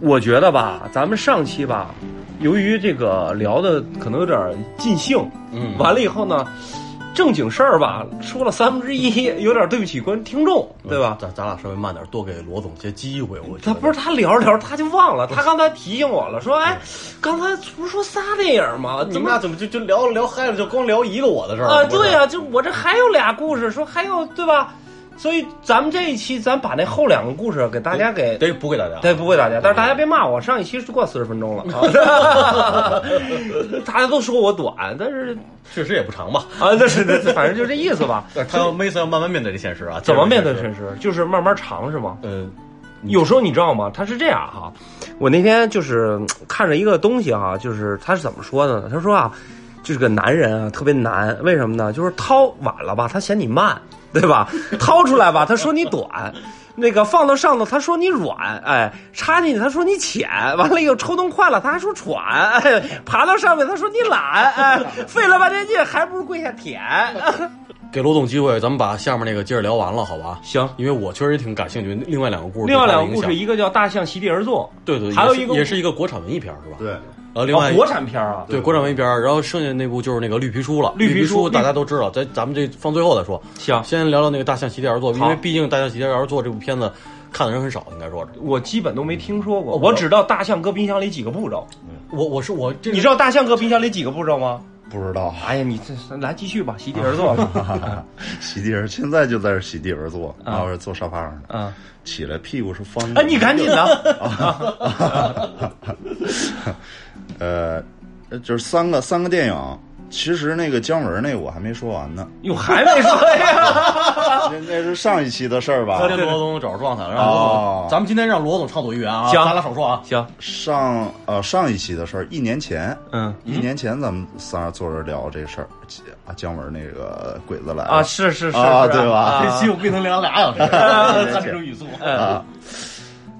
我觉得吧，咱们上期吧，由于这个聊的可能有点尽兴，嗯，完了以后呢，正经事儿吧说了三分之一，有点对不起观听众，对吧？嗯咱咱俩稍微慢点，多给罗总些机会。我觉他得不是他聊着聊着他就忘嗯了，他刚才提醒我了，说哎，刚才不是说仨电影吗？你怎们么俩怎么就就聊聊嗨了，就光聊一个我的事儿啊，不是对呀、就我这还有俩故事，说还有对吧？所以咱们这一期咱把那后两个故事给大哎家给得补给大家。对，不会打架，但是大家别骂我，上一期过四十分钟了， 啊大家都说我短，但是确实也 不长吧。啊，但是但是反正就这意思吧。但是他要梅森要慢慢面对这现实啊，怎么面对这个现实？就是慢慢尝是吗？现实？呃，你有时候你知道吗？他是这样哈、我那天就是嗯看着一个东西哈、就是他是怎么说的呢？他说啊，就是个男人啊特别难，为什么呢？就是掏晚了吧，他嫌你慢，对吧？掏出来吧，他说你短。那个放到上头，他说你软，哎，插进去他说你浅，完了又抽动快了，他还说喘，哎，爬到上面他说你懒，哎，费了半天劲，还不如跪下舔。给罗总机会，咱们把下面那个接着聊完了，好吧？行，因为我确实也挺感兴趣，另外两个故事，另外两个故事，，一个叫《大象席地而坐对对，还有也是一个也是一个国产文艺片儿是吧？对，呃，》，另外哦，国产片儿啊，对国产文艺片儿，然后剩下那部就是那个绿皮书了，绿皮绿书书大家都知道，咱咱们这放最后再说，行，先聊聊那个《大象席地而坐》，因啊好为毕竟《大象席地而坐》这部片子看的人很少，应该说是。我基本都没听说过，我只知道大象搁冰箱里几个步骤。我我是我，这 你知道大象搁冰箱里几个步骤吗？不知道哎呀，你这来继续吧，席地而坐吧。 席地而现在就在这席地而坐，然后是坐沙发上的，嗯，起来屁股是方的。啊哎，你赶紧的。呃，就是三个三个电影。其实那个姜文那我还没说完呢， 哟，还没说呀？ 啊那那是上一期的事儿昨吧？天啊罗总找着状态了，让罗啊哦总，咱们今天让罗总畅所欲言啊，行咱俩少说啊。行，上呃上一期的事儿，一年前，嗯一年前咱们仨坐这儿聊这事儿，啊，姜文那个鬼子来了啊，是是是啊是对吧啊这期我跟能聊俩小时，咱这种语速。啊，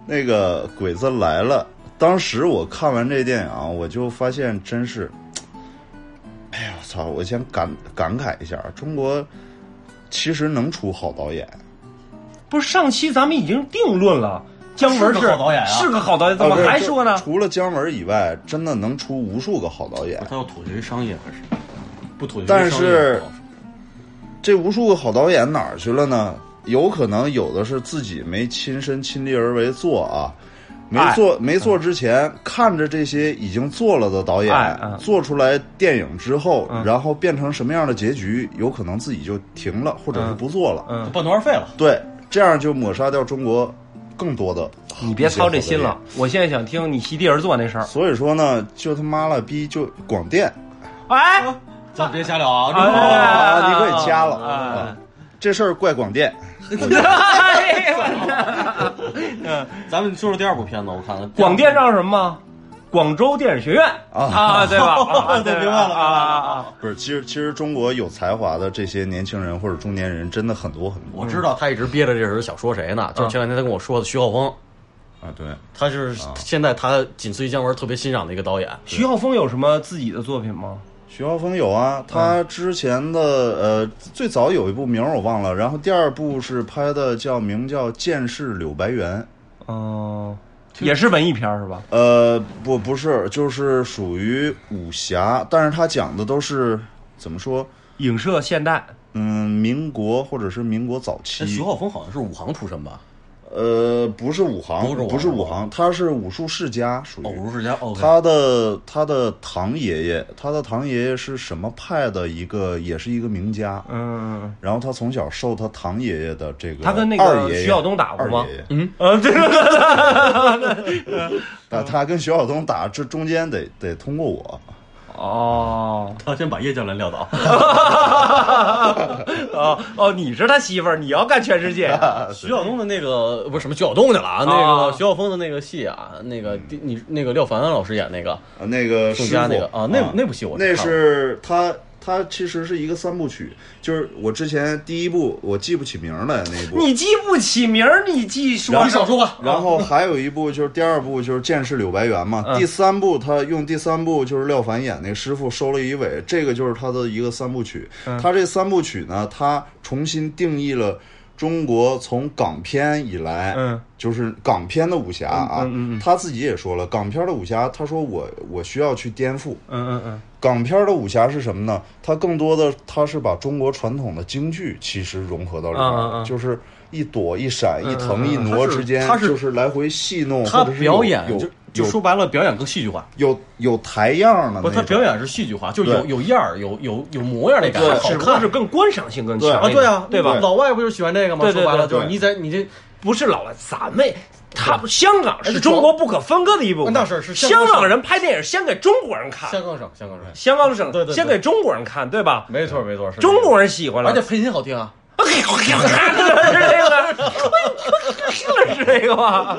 那个鬼子来了。当时我看完这电影啊，我就发现真是，哎呀，我操！我先感感慨一下，中国其实能出好导演。 不是上期咱们已经定论了，姜文是个好导演啊是个好导演，怎么啊不是还说呢就？除了姜文以外，真的能出无数个好导演。 他要吐槽商业还是不吐槽？但是这无数个好导演哪儿去了呢？有可能有的是自己没亲身亲力而为做啊，没哎做、没做之前、看着这些已经做了的导演、哎嗯做出来电影之后、嗯然后变成什么样的结局，有可能自己就停了，或者是嗯不做了。嗯，半途而废了。对，这样就抹杀掉中国更多的。你别操这心了。，我现在想听你席地而坐那事儿。所以说呢，就他妈了逼就广电哎，咱们别瞎聊啊！哎啊你可以加了啊哎这事儿怪广电，哎呀我操嗯咱们说说第二部片子，我看看 广电让什么吗？广州电影学院啊对 吧？啊对明白了啊啊啊！不是，其实其实中国有才华的这些年轻人或者中年人真的很多很多我知道他一直憋着这人想说谁呢，就是前两天他跟我说的徐浩峰，啊，对，他是现在他仅次于姜文特别欣赏的一个导演。徐浩峰有什么自己的作品吗？徐浩峰有啊，他嗯之前的呃最早有一部名儿我忘了，然后第二部是拍的叫名叫《剑士柳白猿》，呃嗯，也是文艺片儿是吧？呃不不是，就是属于武侠，但是他讲的都是怎么说，影射现代，嗯，民国或者是民国早那徐期，浩峰好像是武行出身吧？呃不是不是武武行，行不是武行，他是武术世家，属哦，于武术世家。哦，他的他的堂爷爷，他的堂爷爷是什么派的一个，也是一个名家。嗯， 然后他从小受他堂爷爷的这个他跟那二个爷爷徐晓东打过二吗爷爷？嗯，呃，对，打他跟徐晓东打，这中间得得通过我。哦，他先把叶教练撂倒。哦，哦，你是他媳妇儿，你要干全世 界啊？徐晓东的那个不是什么徐晓东去了啊，那啊个徐晓峰的那个戏啊，那个第你那个廖凡老师演那个，呃那个宋师佳傅那个啊那那部戏我是那看是他他其实是一个三部曲，就是我之前第一部我记不起名儿来那一部，你记不起名儿，你记说你少说话。 然后还有一部就是第二部就是《剑士柳白猿》嘛，嗯第三部他用第三部就是廖凡演那个师傅收了一尾，嗯这个就是他的一个三部曲。他这三部曲呢，他重新定义了中国从港片以来，嗯，就是港片的武侠啊，嗯嗯嗯他自己也说了，港片的武侠，他说我我需要去颠覆。嗯嗯嗯，港片的武侠是什么呢？它更多的它是把中国传统的京剧其实融合到里面，嗯嗯嗯就是一躲一闪、一嗯腾嗯一挪它是之间，它是就是来回戏弄，他或者是有表演有就就有说白了，表演更戏剧化。有有台样的那不，种。他表演是戏剧化，就有对有样儿，有有有模样儿那感觉，对好只不过看是更观赏性更强对一啊！点，对啊，对吧？老外不就喜欢这个吗？对对说白了对就是对你在你这不是老外，咱们他香港而且是主要中国不可分割的一部分，那是是香香港港省人拍电影先给中国人看，香港省，香港省，香港省对对对先给中国人看，对吧？没错没错，是中国人喜欢了，而且配音好听啊，是这个，是这个吧？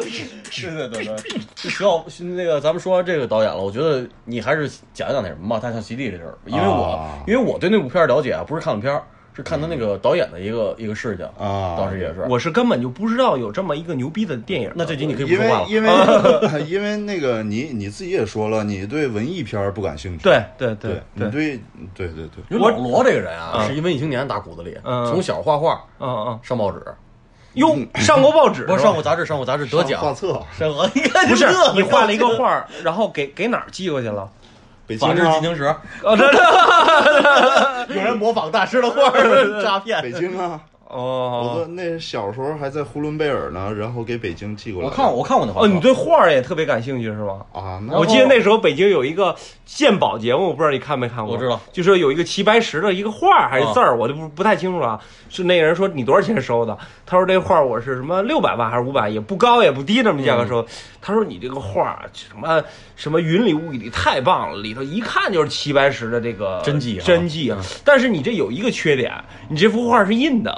是的，对对。 徐浩，那个咱们说这个导演了，我觉得你还是讲讲那什么吧，《大象席地》这事儿，因为我、啊因为我对那部片儿了解啊，不是看的片儿，是看他那个导演的一个、一个事情啊当时也 是。我是根本就不知道有这么一个牛逼的电影。那这集你可以不因说为话了。 因为因为那个你你自己也说了，你对文艺片儿不感兴趣。对对对你对对对对，因为老罗这个人啊，嗯是一文艺青年，打骨子里，嗯从小画画，嗯嗯，上报纸，哟，上过报纸，不是上过杂志，上过杂志得上画奖，册，啊上过，你看不 是这你画了一个画儿，然后给给哪儿寄过去了？北京法制啊进，行时，哦，这这 有人模仿大师的画儿诈骗北。京啊，我哦说那小时候还在呼伦贝尔呢，然后给北京寄过来。我看过，我看过那画册。哦，你对画儿也特别感兴趣是吗？啊，那然后我记得那时候北京有一个鉴宝节目，我不知道你看没看过。我知道，嗯就说有一个齐白石的一个画儿还是字儿，我就不不太清楚了啊。是那个人说你多少钱收的？他说这画儿我是什么六百万还是五百，也不高也不低，这么价格嗯收。他说你这个画儿什么什么云里雾里太棒了，里头一看就是齐白石的这个真迹啊真迹啊。但是你这有一个缺点，你这幅画是印 的。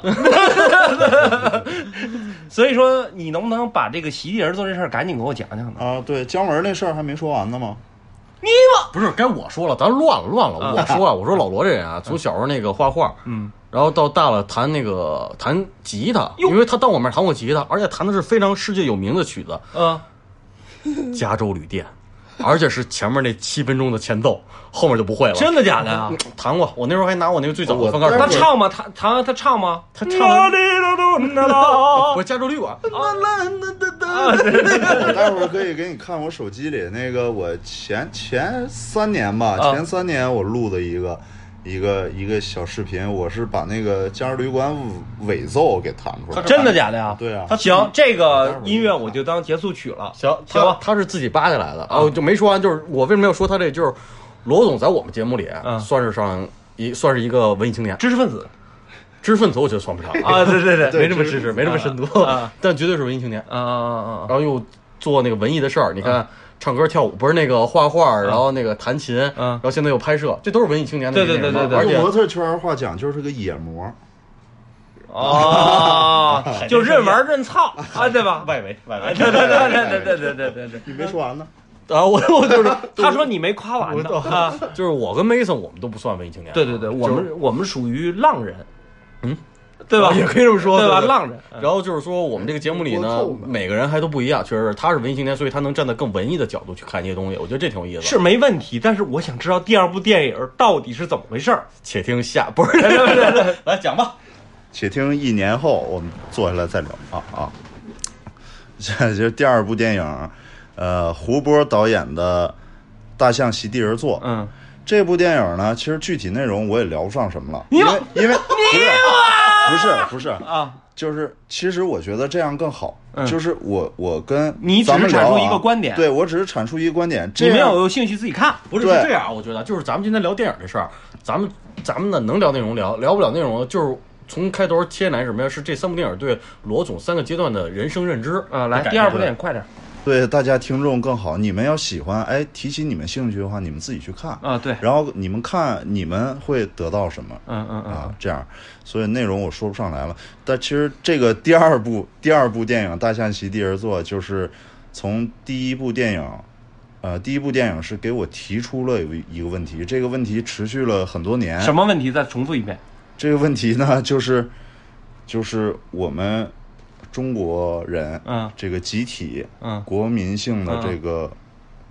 所以说，你能不能把这个席地而坐这事儿赶紧给我讲讲呢？啊，对姜文那事儿还没说完呢 吗？不是该我说了，咱乱了乱了。我说啊，我说老罗这人啊，从小时候那个画画，嗯，然后到大了弹那个弹吉他，哟因为他当我面弹过吉他，而且弹的是非常世界有名的曲子嗯、 《加州旅店》，而且是前面那七分钟的前奏，后面就不会了。嗯真的假的啊？弹过，我那时候还拿我那个最早的我翻盖他儿当时唱吗？他他他唱吗？他唱的不不是加州啊旅啊馆。我待会儿可以给你看我手机里那个我前前三年吧，啊前三年我录的一个一个一个小视频，我是把那个《加尔旅馆》尾奏给弹出来。 真的假的呀？对啊行，这个音乐我就当结束曲了。行行他吧，他是自己扒下来的啊，我就没说完。就是我为什么要说他这，就是罗总在我们节目里嗯算是上一算是一个文艺青年，知识分子知识分子我觉得算不上啊。啊，对对对没这么知识，识没这么深度啊， 但绝对是文艺青年。啊啊 然后又做那个文艺的事儿，你看唱歌跳舞，不是那个画啊画，然后那个弹琴，嗯然后现在又拍摄，这都是文艺青年的对对那个对而 用模且特圈话讲就是个野模，啊啊！就认玩认操啊，对吧？哎哎外围外对对对对对对对对对你没说完呢。啊，我我就是他说你没夸完呢啊！就是我跟 Mason 我们都不算文艺青 年，对对对，我就是哦们我们属于浪人，嗯，对吧？啊也可以这么说，对吧？对浪人，然后就是说，我们这个节目里呢多凑，呢每个人还都不一样，确实是他是文艺青年，所以他能站在更文艺的角度去看一些东西，我觉得这挺有意思的。是没问题，但是我想知道第二部电影到底是怎么回事儿。且听下，不 是来讲吧。且听一年后我们坐下来再聊啊啊！ 现在就是第二部电影，呃，胡波导演的《大象席地而坐》。嗯，这部电影呢，其实具体内容我也聊不上什么了，你因为老因为不是不是不是，啊，就是其实我觉得这样更好。嗯就是我我跟你只是咱们聊啊阐述一个观点对我只是阐述一个观点，这你样们要有兴趣自己看。不是是对这样啊，我觉得就是咱们今天聊电影这事儿，咱们咱们呢能聊内容聊，聊不了内容就是从开头切来什么呀？是这三部电影对罗总三个阶段的人生认知啊，来改变第二部出来电影，快点对大家听众更好。你们要喜欢，哎，提起你们兴趣的话，你们自己去看，啊！对，然后你们看你们会得到什么。嗯嗯嗯，啊，这样，所以内容我说不上来了。但其实这个第二部第二部电影《大象席地而坐》，就是从第一部电影，呃，第一部电影是给我提出了有一个问题，这个问题持续了很多年。什么问题？再重复一遍。这个问题呢，就是就是我们中国人嗯这个集体嗯国民性的这个，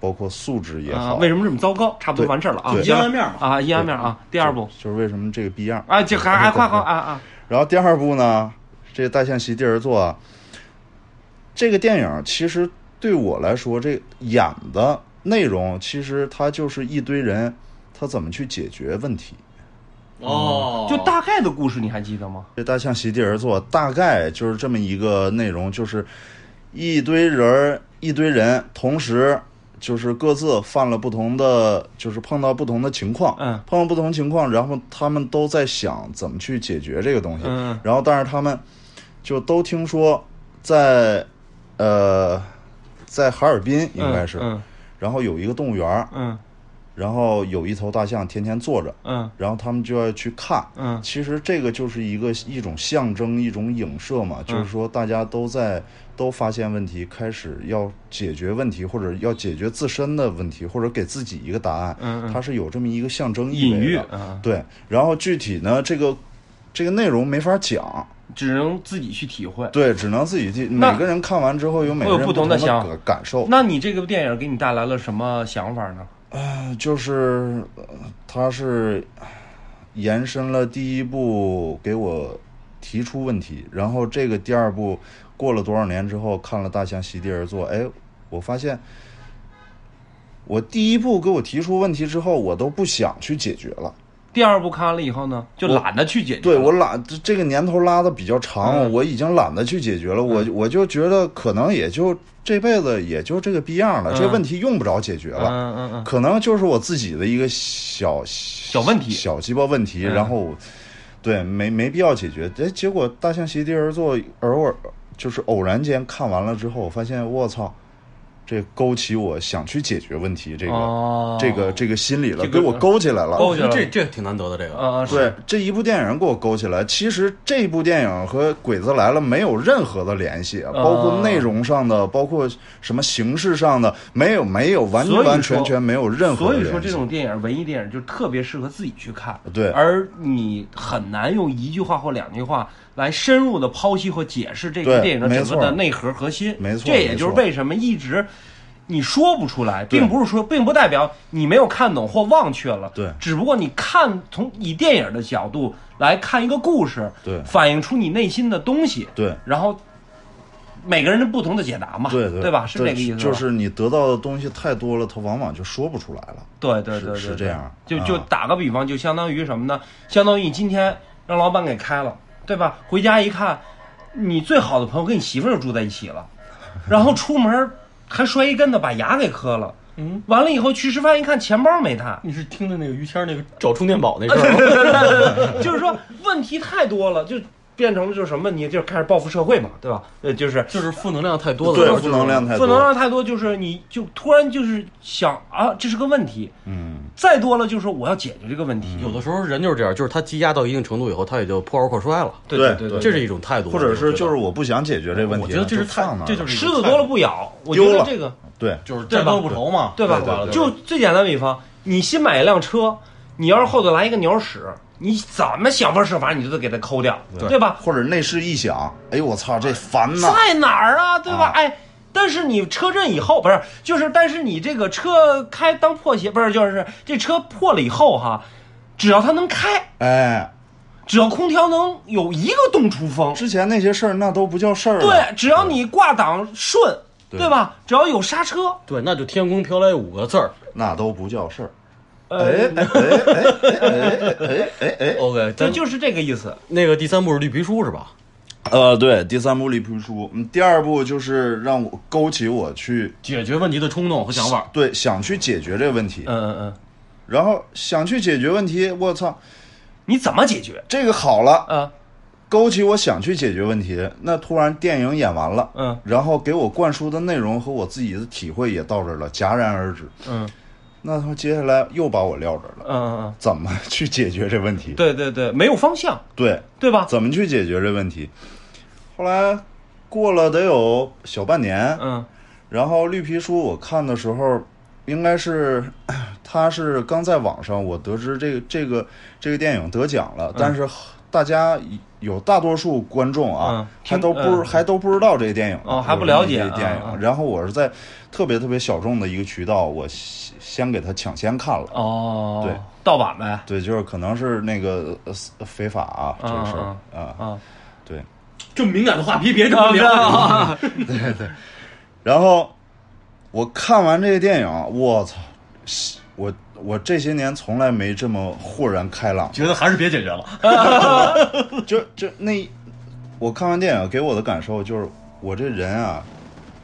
包括素质也啊，好，为什么这么糟糕？差不多对完事儿了啊！对一案阴暗面嘛啊，阴暗面啊！第二部就是为什么这个逼样。啊，就还还快快啊啊！然后第二部呢这个大象席地而坐啊，这个电影其实对我来说，这演的内容其实它就是一堆人，他怎么去解决问题。哦就大概的故事你还记得吗？这大象席地而坐，大概就是这么一个内容，就是一堆人儿，一堆人，同时就是各自犯了不同的，就是碰到不同的情况，嗯碰到不同情况，然后他们都在想怎么去解决这个东西，嗯然后但是他们就都听说在呃在哈尔滨应该是，嗯然后有一个动物园儿，嗯然后有一头大象天天坐着，嗯然后他们就要去看，嗯其实这个就是一个一种象征，一种影射嘛，嗯就是说大家都在都发现问题，开始要解决问题，或者要解决自身的问题，或者给自己一个答案。嗯嗯它是有这么一个象征意隐味喻的。啊，对，然后具体呢，这个这个内容没法讲，只能自己去体会。对，只能自己去。那每个人看完之后有每个会人有不同的的想感感受。那你这个电影给你带来了什么想法呢？呃，就是呃它是延伸了第一步给我提出问题，然后这个第二步过了多少年之后，看了《大象席地而坐》，哎，我发现我第一步给我提出问题之后，我都不想去解决了。第二部看了以后呢，就懒得去解决。对我懒，这这个年头拉的比较长，嗯我已经懒得去解决了。我我就觉得可能也就这辈子也就这个逼样了，这嗯问题用不着解决嗯了。嗯嗯可能就是我自己的一个小小问题小鸡巴问题，嗯然后对没没必要解决。哎，结果大象席地而坐，偶尔就是偶然间看完了之后，我发现我操，这勾起我想去解决问题这嗯，个、哦，这个这个心理了，这个给我勾起来了。勾起来了这这挺难得的这个。啊，是对，这一部电影给我勾起来。其实这部电影和《鬼子来了》没有任何的联系，啊哦包括内容上的，包括什么形式上的，没有没有完所以完说全全没有任何所的以联说，系。这种电影文艺电影就特别适合自己去看，对而你很难用一句话或两句话来深入的剖析和解释这个对电影的整没个错的内核核心。没错这也就是没错为什么一直你说不出来，对并不是说，并不代表你没有看懂或忘却了，对只不过你看从以电影的角度来看一个故事，对反映出你内心的东西，对然后每个人的不同的解答嘛，对啊对，对吧？是这个意思吧，就是你得到的东西太多了，它往往就说不出来了。对对对对，是是对这样就啊就打个比方，就相当于什么呢？相当于你今天让老板给开了，对吧？回家一看，你最好的朋友跟你媳妇儿就住在一起了， 然后出门还摔一跟头，把牙给磕了。嗯，完了以后去吃饭一看，钱包没带。你是听的那个于谦儿那个找充电宝那事儿吗？ 就是说问题太多了，就变成了就是什么问题，就是开始报复社会嘛，对吧？呃，就是就是负能量太多了，对然，后负能量太负多。能量太多，就是你就突然就是想啊，这是个问题。嗯，再多了就是说我要解决这个问题。有的时候人就是这样，就是他积压到一定程度以后，他也就破罐破摔了。对对对对这是一种态度，或者是就是我我不想解决这问题了，我觉得这是就太放那儿这就是虱子多了不咬，我觉丢得了这个对觉得就是对吧战斗不愁嘛，对吧？对对就最简单的比方，你新买一辆车，你要是后头来一个鸟屎，你怎么想方设法你就得给它抠掉，对吧？或者内饰一响，哎呦我操，这烦 呐！在哪儿啊？对吧？啊哎。但是你车震以后不是，就是但是你这个车开当破鞋不是，就是这车破了以后哈，只要它能开，哎，只要空调能有一个洞出风，之前那些事儿那都不叫事儿了。对，只要你挂档顺，对对吧？只要有刹车，对，那就“天空飘来”五个字儿。那都不叫事儿。呃，哎哎哎哎哎哎哎！ OK，这咱就是这个意思。那个第三部是绿皮书是吧？呃，对，第三部《绿皮书》，嗯，第二部就是让我勾起我去解决问题的冲动和想法。对想去解决这个问题，嗯嗯嗯，然后想去解决问题，我操，你怎么解决？这个好了，啊，勾起我想去解决问题。那突然电影演完了，嗯然后给我灌输的内容和我自己的体会也到这儿了，戛然而止。嗯那他接下来又把我撂这儿嗯了，嗯，嗯，怎么去解决这问题？对对对，没有方向，对，对吧？怎么去解决这问题？后来过了得有小半年， 嗯然后绿皮书我看的时候，应该是 它是刚在网上，我得知这个这个这个电影得奖嗯了，但是大家有大多数观众啊，嗯还都不、听嗯还都不知道这个电影呢哦还不了解有这么一个电影。嗯嗯然后我是在特别特别小众的一个渠道，我先先给它抢先看了。哦，对，盗版呗。对，就是可能是那个呃非法啊，这个事儿嗯啊，啊，对，这么敏感的话题别这么 啊聊啊！啊然后我看完这个电影，我操，是我我这些年从来没这么豁然开朗。觉得还是别解决了。 就就那一，我看完电影给我的感受就是，我这人啊，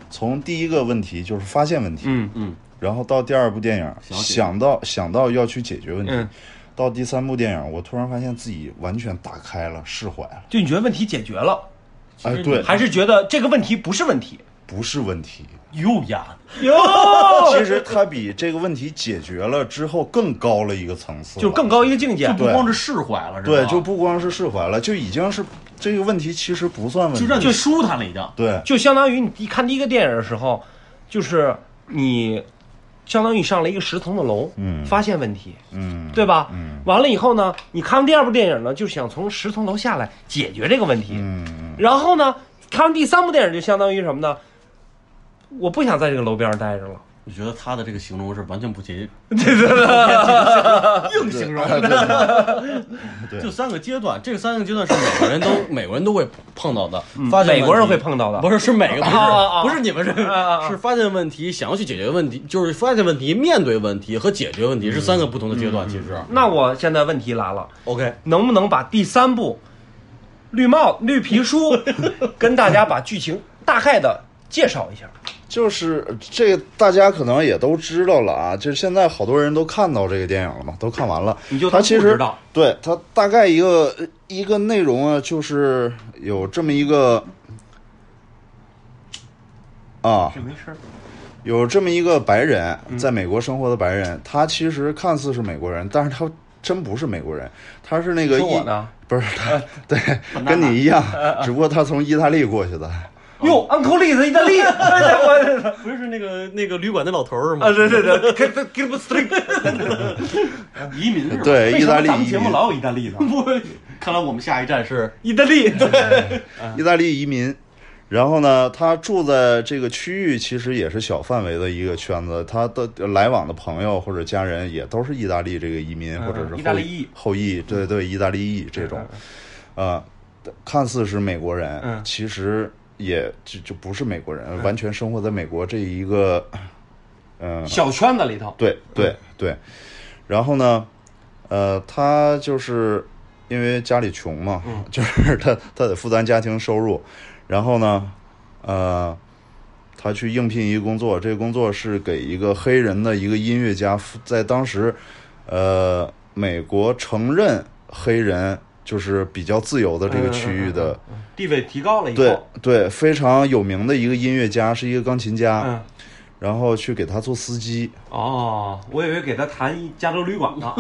从第一个问题就是发现问题，嗯嗯，然后到第二部电影了解想到想到要去解决问题，嗯到第三部电影我突然发现自己完全打开了，释怀了。就你觉得问题解决了，哎，对，还是觉得这个问题不是问题？不是问题。优雅，哟，其实它比这个问题解决了之后更高了一个层次了，就是更高一个境界 就。不光是释怀了，是吧对，就不光是释怀了，就已经是这个问题其实不算问就题，让你舒坦了一下。对就相当于你一看第一个电影的时候，就是你相当于上了一个十层的楼，嗯发现问题，嗯，对吧？嗯完了以后呢，你看完第二部电影呢，就想从十层楼下来解决这个问题，嗯嗯然后呢，看完第三部电影就相当于什么呢？我不想在这个楼边上待着了。我觉得他的这个形容是完全不接，硬形容。对就三个阶段，这个三个阶段是每个人都 美国人都会碰到的，发现问题美国人会碰到的不是是每个不是、啊啊啊不是你们这个、啊啊啊是发现问题，想要去解决问题，就是发现问题、面对问题和解决问题是三个不同的阶段，其实。那我现在问题来了， OK，能不能把第三部《绿帽绿皮书》跟大家把剧情大概的介绍一下？ 就是这个大家可能也都知道了啊，就是现在好多人都看到这个电影了嘛，都看完了。你就他当其不实知道对他大概一个一个内容啊，就是有这么一个啊，没事，有这么一个白人，嗯在美国生活的白人，他其实看似是美国人，但是他真不是美国人，他是那个说意我呢呃不是他， 对，跟你一样，只不过他从意大利过去的。哟，Uncle Lee 的意大利，啊，不是那个那个旅馆那老头是吗？对对对，给给给不 straight， 移民是吧？对为意什大么利咱们啊移节目民老有意大利的， 不，看来我们下一站是意大利，对，意大利移民。然后呢，他住在这个区域，其实也是小范围的一个圈子。他的来往的朋友或者家人也都是意大利这个移民，或者是嗯意大后利裔裔嗯后裔，对对，意大利裔这种，呃，看似是美国人，嗯其实也就就不是美国人，完全生活在美国这一个，嗯、小圈子里头，对对对，然后呢，呃，他就是因为家里穷嘛，就是他他得负担家庭收入，然后呢，呃，他去应聘一个工作，这个工作是给一个黑人的一个音乐家，在当时，呃，美国承认黑人就是比较自由的这个区域的。地位提高了以对后，对，非常有名的一个音乐家，是一个钢琴家，嗯，然后去给他做司机，哦，我以为给他谈一加州旅馆呢，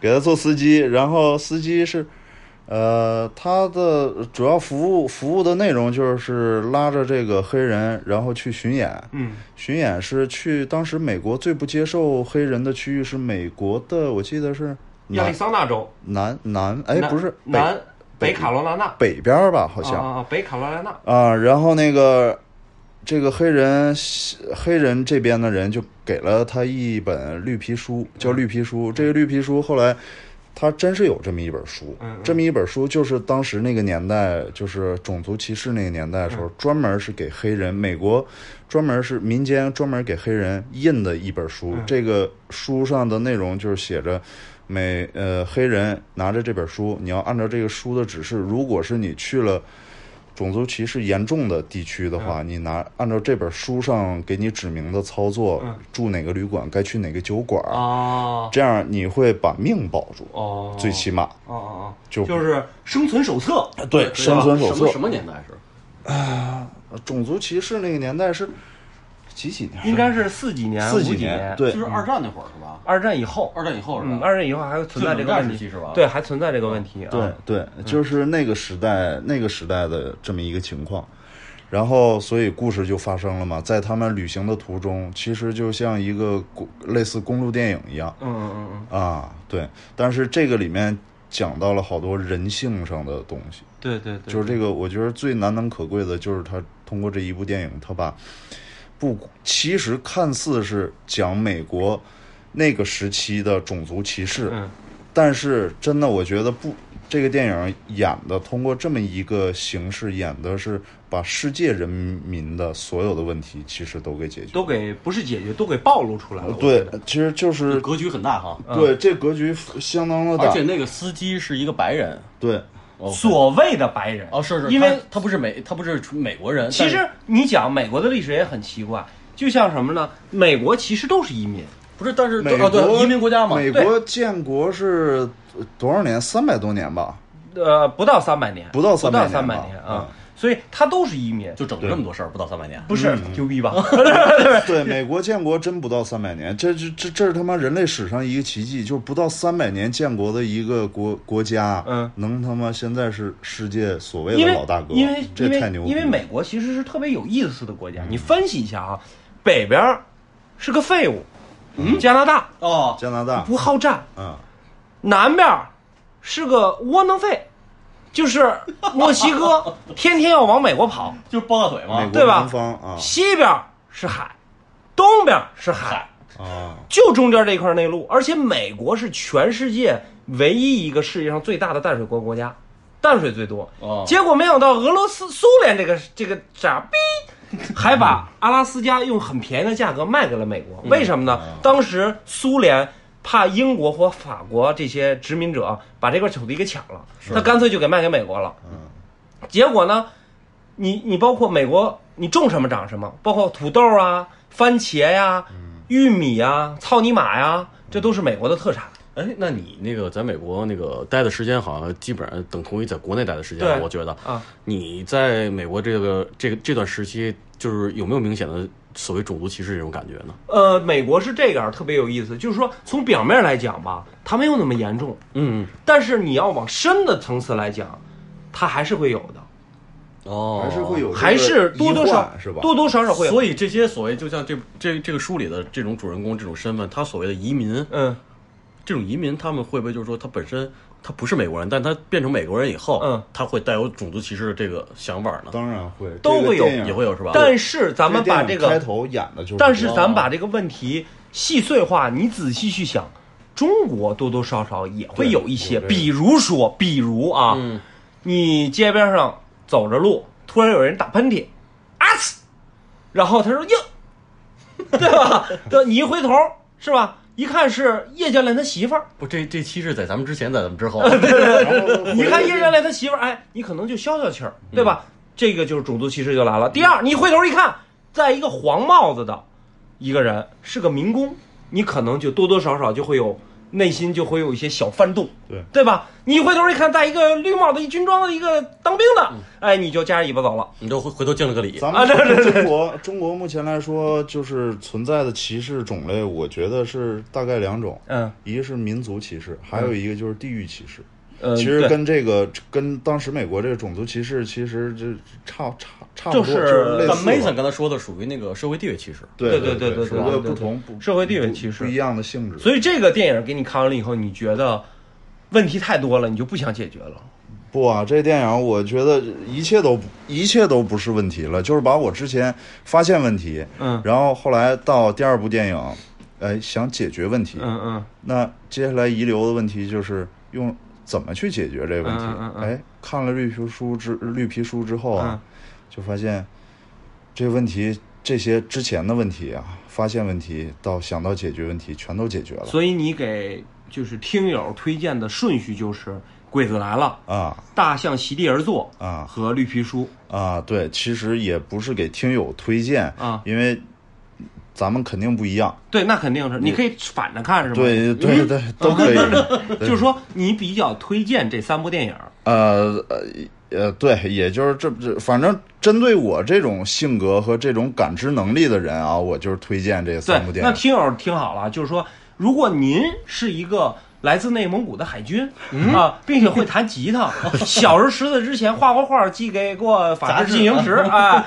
给他做司机，然后司机是，呃，他的主要服务服务的内容就是拉着这个黑人，然后去巡演。嗯，巡演是去当时美国最不接受黑人的区域是美国的，我记得是亚利南桑那州，南南哎南不是北南北卡罗来纳，北边儿吧，好像啊啊啊北卡罗来纳，啊，然后那个这个黑人黑人这边的人就给了他一本绿皮书，叫绿皮书。这个绿皮书后来他真是有这么一本书，这么一本书就是当时那个年代，就是种族歧视那个年代的时候，专门是给黑人，美国专门是民间专门给黑人印的一本书。这个书上的内容就是写着。美呃，黑人拿着这本书，你要按照这个书的指示，如果是你去了种族歧视严重的地区的话，你拿按照这本书上给你指明的操作，住哪个旅馆，该去哪个酒馆，哦这样你会把命保住，哦，最起码。哦哦哦，就就是生存手册，对，生存手什么册什。么年代是？种族歧视那个年代是几几年？应该是四几年、四五几年，，对就，是二战那会儿是吧？二战以后，二战以后是吧？嗯，二战以后还存在这个就冷问战时期题是吧对，还存在这个问题啊。对对，就是那个时代那个时代的这么一个情况。然后，所以故事就发生了嘛，在他们旅行的途中，其实就像一个公类似公路电影一样，嗯嗯嗯嗯，啊，对，但是这个里面讲到了好多人性上的东西，对对对，就是这个，我觉得最难能可贵的就是他通过这一部电影，他把不，其实看似是讲美国那个时期的种族歧视，嗯但是真的我觉得不这个电影演的，通过这么一个形式演的是把世界人民的所有的问题其实都给解决了。都给不是解决，都给暴露出来了。我觉对得，，其实就是格局很大哈。对这格局相当的而大且，那个司机是一个白人，对，所谓的白人哦，是是，因为他他不是美，他不是美国人，其但实是你讲美国的历史也很奇怪，就像什么呢？美国其实都是移民，不是，但是美啊，国对，移民国家嘛，美国建国是多少年？三百多年吧。呃，不到三百年，不到不300到年三百吧嗯年啊，所以他都是移民，就整了这么多事儿，不到三百年。不是嗯牛逼吧？对，美国建国真不到三百年，这这这这是他妈人类史上一个奇迹，就是不到三百年建国的一个国国家，嗯，能他妈现在是世界所谓因的为老大哥，因为这因为太牛逼因了，为美国其实是特别有意思的国家，你分析一下啊，北边儿是个废物，嗯加拿大哦，加拿大，不啊好战，嗯，南边儿是个窝囊废，就是墨西哥 天天要往美国跑，就是抱大腿美嘛国，对吧东方啊西边儿是海，东边儿是海嗨，啊，就中间这一块内陆，而且美国是全世界唯一一个世界上最大的淡水国国家，淡水最多。哦结果没想到俄罗斯、苏联这个这个傻逼，还把阿拉斯加用很便宜的价格卖给了美国。为什么呢？当时苏联怕英国或法国这些殖民者把这块土地给抢了，他干脆就给卖给美国了。嗯结果呢，你你包括美国，你种什么长什么，包括土豆啊、番茄呀、玉米啊、草泥马呀、这都是美国的特产。哎，那你那个在美国那个待的时间，好像基本上等同于在国内待的时间对，我觉得啊，你在美国这个这个这段时期，就是有没有明显的所谓种族歧视这种感觉呢？呃，美国是这样，特别有意思，就是说从表面来讲吧，它没有那么严重，嗯，但是你要往深的层次来讲，它还是会有的，哦，还是会有这个还是多多隐少患是吧？多多少少会有。所以这些所谓就像这这这个书里的这种主人公这种身份，他所谓的移民，嗯这种移民他们会不会就是说他本身他不是美国人，但他变成美国人以后，嗯，他会带有种族歧视的这个想法呢？当然会，都会有这个电影也会有是吧？但是咱们把这电影开个，头演的就是，哦但是咱们把这个问题细碎化，你仔细去想，中国多多少少也会有一些，对有这个比如说，比如啊，嗯，你街边上走着路，突然有人打喷嚏，啊呲，然后他说哟， 对吧？对，你一回头是吧？一看是叶教练他媳妇儿，不，这这期是在咱们之前，在咱们之 后，个 你看叶教练他媳妇儿，哎，你可能就消消气儿，对吧？这个就是种族歧视就来了。第二，你一回头一看，在一个黄帽子的一个人是个民工，你可能就多多少少就会有内心就会有一些小翻动，对对吧？你一回头一看，戴一个绿帽子、一军装的一个当兵的，哎，你就夹着尾巴走了。你都回回头敬了个礼。咱啊们对中国中国目前来说，就是存在的歧视种类，我觉得是大概两种，嗯，一个是民族歧视，还有一个就是地域歧视。呃，其实对跟这个跟当时美国这个种族歧视其实这差差差不就多，是就是类但似吧 Mason 刚才说的属于那个社会地位歧视，对对对对对是对个对不对同不社会地位不歧视不一样的性质。所以这个电影给你看完了以后，你觉得问题太多了，你就不想解决了。不啊，这电影我觉得一切都不一切都不是问题了，就是把我之前发现问题，嗯然后后来到第二部电影，呃，想解决问题，嗯嗯，那接下来遗留的问题就是用怎么去解决这个问题。嗯嗯嗯嗯嗯哎，看了绿皮书之绿皮书之后啊，就发现这个问题，这些之前的问题啊，发现问题到想到解决问题，全都解决了所以你给就是听友推荐的顺序就是《鬼子来了》啊《大象席地而坐》啊和《绿皮书啊！对，其实也不是给听友推荐啊因为咱们肯定不一样。》。对，那肯定是，你可以反着看是吗？，对对对，都 可以。就是说你比较推荐这三部电影。呃呃呃，对，也就是这这，反正针对我这种性格和这种感知能力的人啊，我就是推荐这对三部，电那影。听友听好了，就是说，如果您是一个来自内蒙古的海军、嗯啊，并且会弹吉 他，小时候识字之前画过画，寄给过《法制进行时》啊，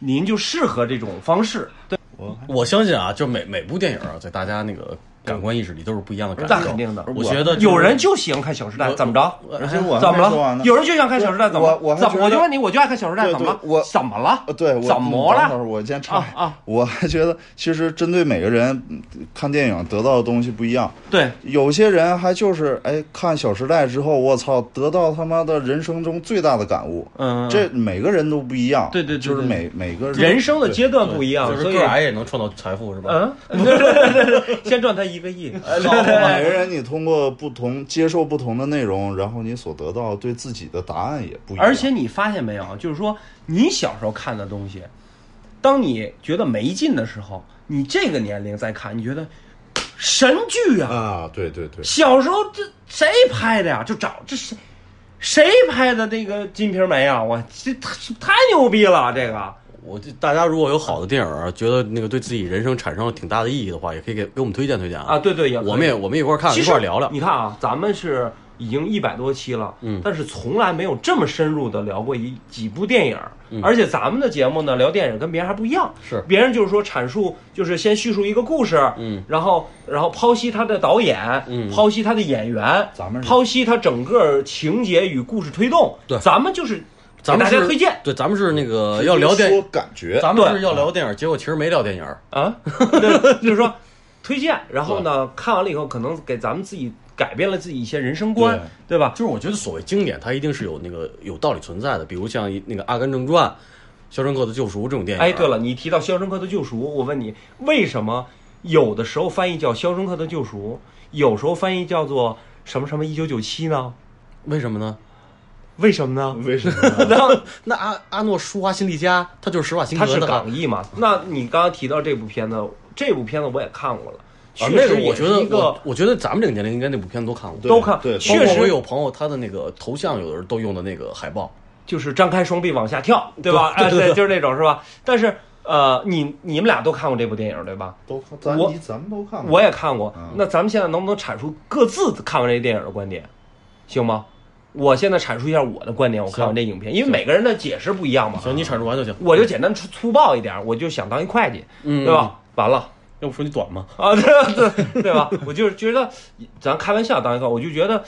您就适合这种方式。对，我相信啊，就每每部电影啊，在大家那个感官意识里都是不一样的感受。那肯定的。我觉得就是有人就喜欢看《小时代》，我怎么着？而且我怎还么没说完了呢？。有人就想看《小时代》，怎么了？我我还怎么觉得我就问你，我就爱看《小时代》，对怎么了？对我怎么了呃，？对，我怎么等会了？儿我先插啊啊！我还觉得，其实针对每个人嗯看电影得到的东西不一样。对，有些人还就是哎，看《小时代》之后，我操，得到他妈的人生中最大的感悟。嗯，这每个人都不一样，对对对就对是每每个人生的阶段不一样就，所是以个癌也能创造财富是吧？嗯，对对对对 先赚他一个 亿，每个人你通过不同接受不同的内容，然后你所得到对自己的答案也不一样。而且你发现没有，就是说你小时候看的东西，当你觉得没劲的时候，你这个年龄再看，你觉得神剧啊！啊，对对对，小时候这谁拍的呀？就找这谁谁拍的这个《金瓶梅》啊？我这太太牛逼了，这个我就大家如果有好的电影啊，觉得那个对自己人生产生了挺大的意义的话，也可以给给我们推荐推荐啊，对对，也可以我们也我们一块儿看，其一实块儿聊聊。你看啊，咱们是已经一百多期了，嗯但是从来没有这么深入的聊过一几部电影，而且咱们的节目呢，聊电影跟别人还不一样，嗯是别人就是说阐述，就是先叙述一个故事，嗯，然后然后剖析他的导演，嗯剖析他的演员，咱们是剖析他整个情节与故事推动，对咱们就是咱们给大是家推荐对，咱们是那个要聊电嗯说，嗯感觉，咱们对是要聊电影，结果其实没聊电影。啊， 对，就是说推荐，然后呢，看完了以后，可能给咱们自己改变了自己一些人生观，对吧？就是我觉得所谓经典，它一定是有那个有道理存在的，比如像一那个《阿甘正传》《肖申克的救赎》这种电影。哎，对，了，你提到《肖申克的救赎》，我问你，为什么有的时候翻译叫《肖申克的救赎》，有时候翻译叫做什么什么一九九七呢？为什么呢？为什么呢？为什么？然后那阿阿诺舒华辛利加，他就是施瓦辛它格是的港译嘛？那你刚刚提到这部片子，这部片子我也看过了，确啊，那实个也我是觉得一我个，我觉得咱们这个年龄应该那部片子都看过，对都看，对包确括我实有朋友他的那个头像，有的人都用的那个海报，就是张开双臂往下跳，对吧？对哎，对对对，就是那种是吧？但是呃，你你们俩都看过这部电影对吧？都咱我你咱们都看过，我也看过嗯。那咱们现在能不能阐述各自看完这电影的观点，行吗？我现在阐述一下我的观点，我看完这影片，因为每个人的解释不一样嘛。行，你阐述完就行。我就简单粗粗暴一点，我就想当一会计，嗯对吧？完了要不说你短吗？啊，对对对吧？我就是觉得，咱开玩笑当一个，我就觉得，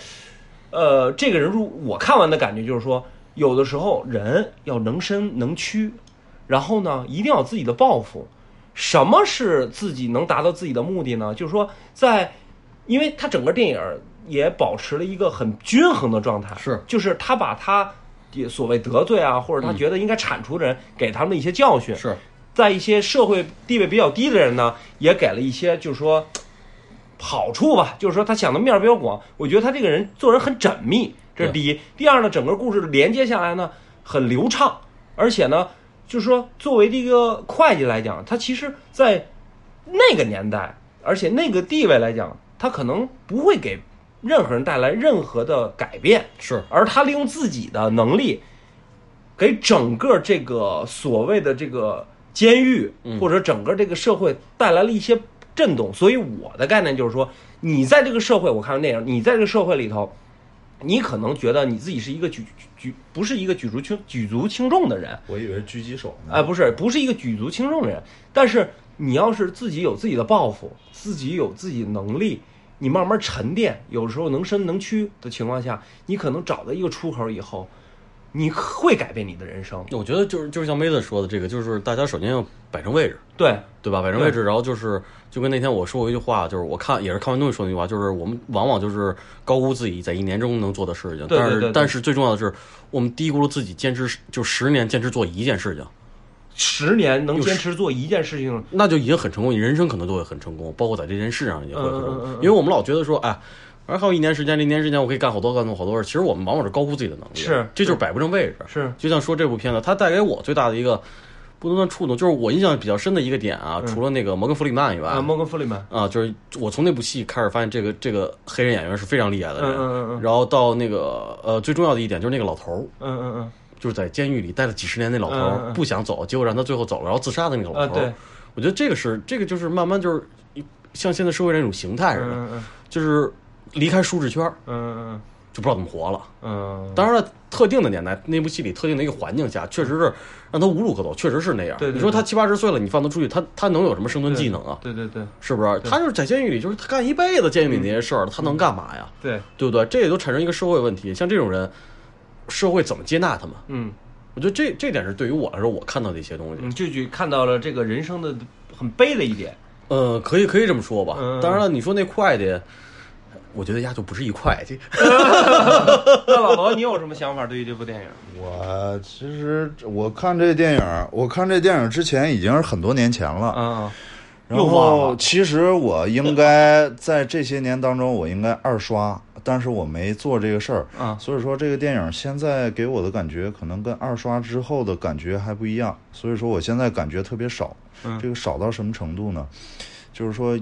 呃，这个人如我看完的感觉就是说，有的时候人要能伸能屈，然后呢，一定要有自己的抱负。什么是自己能达到自己的目的呢？就是说在，因为他整个电影也保持了一个很均衡的状态，是嗯就是他把他也所谓得罪啊，或者他觉得应该铲除的人，给他们的一些教训，是在一些社会地位比较低的人呢，也给了一些就是说好处吧，就是说他想的面儿比较广。我觉得他这个人做人很缜密，这是第一。第二呢，整个故事连接下来呢很流畅，而且呢，就是说作为这个会计来讲，他其实在那个年代，而且那个地位来讲，他可能不会给任何人带来任何的改变。是，而他利用自己的能力，给整个这个所谓的这个监狱、或者整个这个社会带来了一些震动。所以我的概念就是说，你在这个社会，我看完电影，你在这个社会里头，你可能觉得你自己是一个举举不是一个举足轻举足轻重的人，我以为是狙击手呢。哎，不是，不是一个举足轻重的人，但是你要是自己有自己的抱负，自己有自己能力，你慢慢沉淀，有时候能伸能屈的情况下，你可能找到一个出口以后，你会改变你的人生。我觉得就是就是像妹子说的这个，就是大家首先要摆正位置，对，对吧？摆正位置，然后就是就跟那天我说过一句话，就是我看也是看完东西说那句话，就是我们往往就是高估自己在一年中能做的事情，对对但对是对但是最重要的是，我们低估了自己坚持就十年坚持做一件事情，十年能坚持做一件事情，那就已经很成功，你人生可能都会很成功，包括在这件事上也会很成功，嗯嗯嗯嗯因为我们老觉得说，哎。而还有一年时间，这一年时间我可以干好多干多好多事。其实我们往往是高估自己的能力，是这就是摆不正位置。是就像说这部片子，它带给我最大的一个不能算触动，就是我印象比较深的一个点啊，除了那个摩根弗里曼以外，嗯啊，摩根弗里曼，啊，就是我从那部戏开始发现，这个这个黑人演员是非常厉害的人。嗯嗯嗯嗯然后到那个呃，最重要的一点就是那个老头儿，嗯嗯就是在监狱里待了几十年那老头嗯儿、嗯嗯不想走，结果让他最后走了，然后自杀的那个老头儿。啊对我觉得这个是这个就是慢慢就是像现在社会这种形嗯态似的，嗯嗯就是离开舒适圈儿，嗯嗯，就不知道怎么活了。嗯，当然了，特定的年代，那部戏里特定的一个环境下，确实是让他无路可走，确实是那样。对对你说对他七八十岁了，你放他出去，他他能有什么生存技能啊？对对对是不是？他就是在监狱里，就是他干一辈子监狱里那些事儿，他能干嘛呀？对，对不对？这也都产生一个社会问题，像这种人，社会怎么接纳他们？嗯我觉得这这点是对于我来说，我看到的一些东西。嗯，句句看到了这个人生的很悲的一点， 呃，可以可以这么说吧。嗯当然了，你说那会计，我觉得丫就不是一会计。那老罗，你有什么想法对于这部电影？我其实我看这电影，我看这电影之前已经是很多年前了。嗯，然又忘后了其实我应该在这些年当中，我应该二刷，但是我没做这个事儿。嗯所以说这个电影现在给我的感觉，可能跟二刷之后的感觉还不一样。所以说我现在感觉特别少。嗯这个少到什么程度呢？就是说，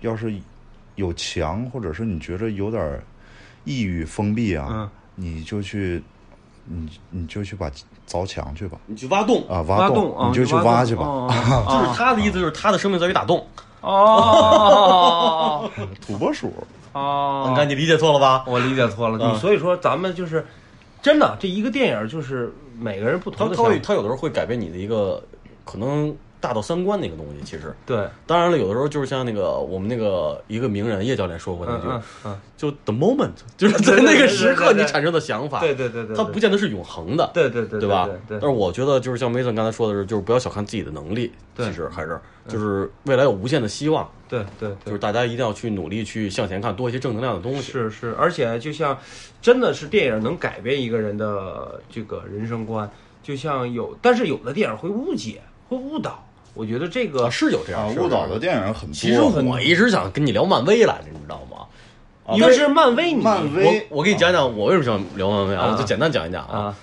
要是有墙，或者是你觉着有点儿抑郁、封闭啊，嗯你就去，你你就去把凿墙去吧。 你去挖洞，啊，挖洞，啊，你就去挖挖洞去吧。哦就是他的意思，就是他的生命在于打洞。哦土拨鼠，哦哦，你看，你理解错了吧？我理解错了，嗯你所以说咱们就是真的这一个电影就是每个人不他同的他想会法，他有的时候会改变你的一个可能大到三观的一个东西。其实，对，当然了，有的时候就是像那个我们那个一个名人叶教练说过那嗯句，嗯嗯，就 the moment，就是在对对那个对时刻对对你产生的想法，对对对对，它不见得是永恒的，对对对对吧？对但是我觉得就是像 Mason 刚才说的是，就是不要小看自己的能力，对其实还是就是未来有无限的希望，对对就对是。大家一定要去努力去向前看，多一些正能量的东西。是是，而且就像，真的是电影能改变一个人的这个人生观，就像有，但是有的电影会误解，会误导。我觉得这个、啊，是有这样啊，是有误这导样的电影很多。其实我一直想跟你聊漫威来着，你知道吗？因为是漫威迷，漫威我我给你讲讲我为什么想聊漫威啊，啊我就简单讲一讲啊。啊，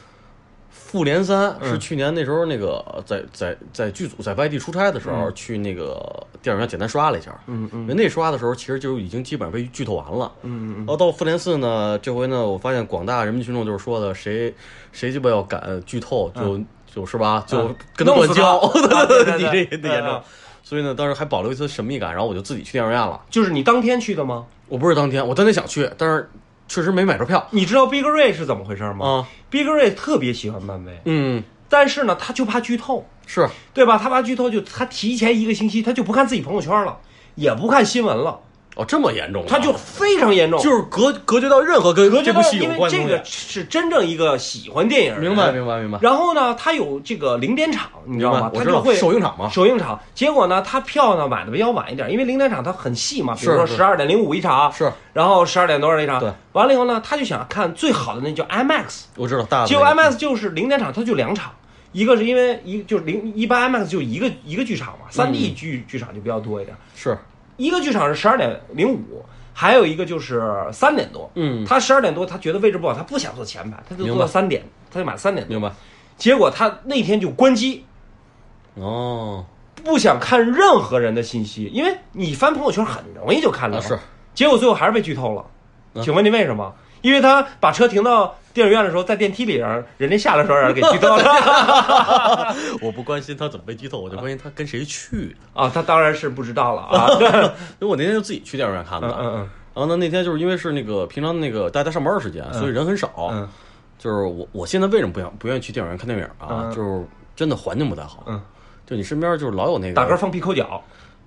复联三嗯是去年那时候那个呃在在在剧组在外地出差的时嗯候去那个电影院简单刷了一下，嗯嗯，因为那刷的时候其实就已经基本上被剧透完了，嗯嗯，然后到复联四呢，这回呢我发现广大人民群众就是说的谁谁鸡巴要敢剧透就就是吧就跟嗯他弄断死交， 他啊对对你对这也得严嗯重嗯，所以呢当时还保留一丝神秘感，然后我就自己去电影院了。就是你当天去的吗？我不是当天，我当天想去，但是确实没买着票你知道 Big Ray 是怎么回事吗、啊。 b i g Ray 特别喜欢漫威，嗯，但是呢，他就怕剧透，是对吧？他怕剧透就，他提前一个星期他就不看自己朋友圈了，也不看新闻了，哦，这么严重啊，他就非常严重，就是隔隔绝到任何跟隔这绝部到，戏因有为关的这东个西。是真正一个喜欢电影的人，明白，明白，明白。然后呢，他有这个零点场，哎你知道吗？我他知就道会首映场嘛，首映场。结果呢，他票呢买的比较晚一点，因为零点场它很细嘛，比如是说是十二点零五一场，是，然后十二点多少一场，对。完了以后呢，他就想看最好的那叫 IMAX，我知道大的那个。结果 IMAX 就是零点场，它就两场。一个是因为一就是零一般 IMAX 就一个一个剧场嘛，嗯三 D 剧剧场就比较多一点，是，一个剧场是十二点零五，还有一个就是三点多。嗯他十二点多，他觉得位置不好，他不想坐前排，他就明坐白到三点，他就买三点多。明白。结果他那天就关机，哦， 不想看任何人的信息，因为你翻朋友圈很容易就看到、啊是。啊结果最后还是被剧透了，请问您为什么？因为他把车停到电影院的时候，在电梯里让人家下来的时候让人给剧透 了我不关心他怎么被剧透，我就关心他跟谁去的。啊！他当然是不知道了 啊！因为我那天就自己去电影院看的。嗯嗯嗯然后呢，那天就是因为是那个平常那个大家上班的时间，所以人很少。嗯就是我我现在为什么不想不愿意去电影院看电影啊？嗯就是真的环境不太好。嗯。就你身边就是老有那个打嗝放屁抠脚，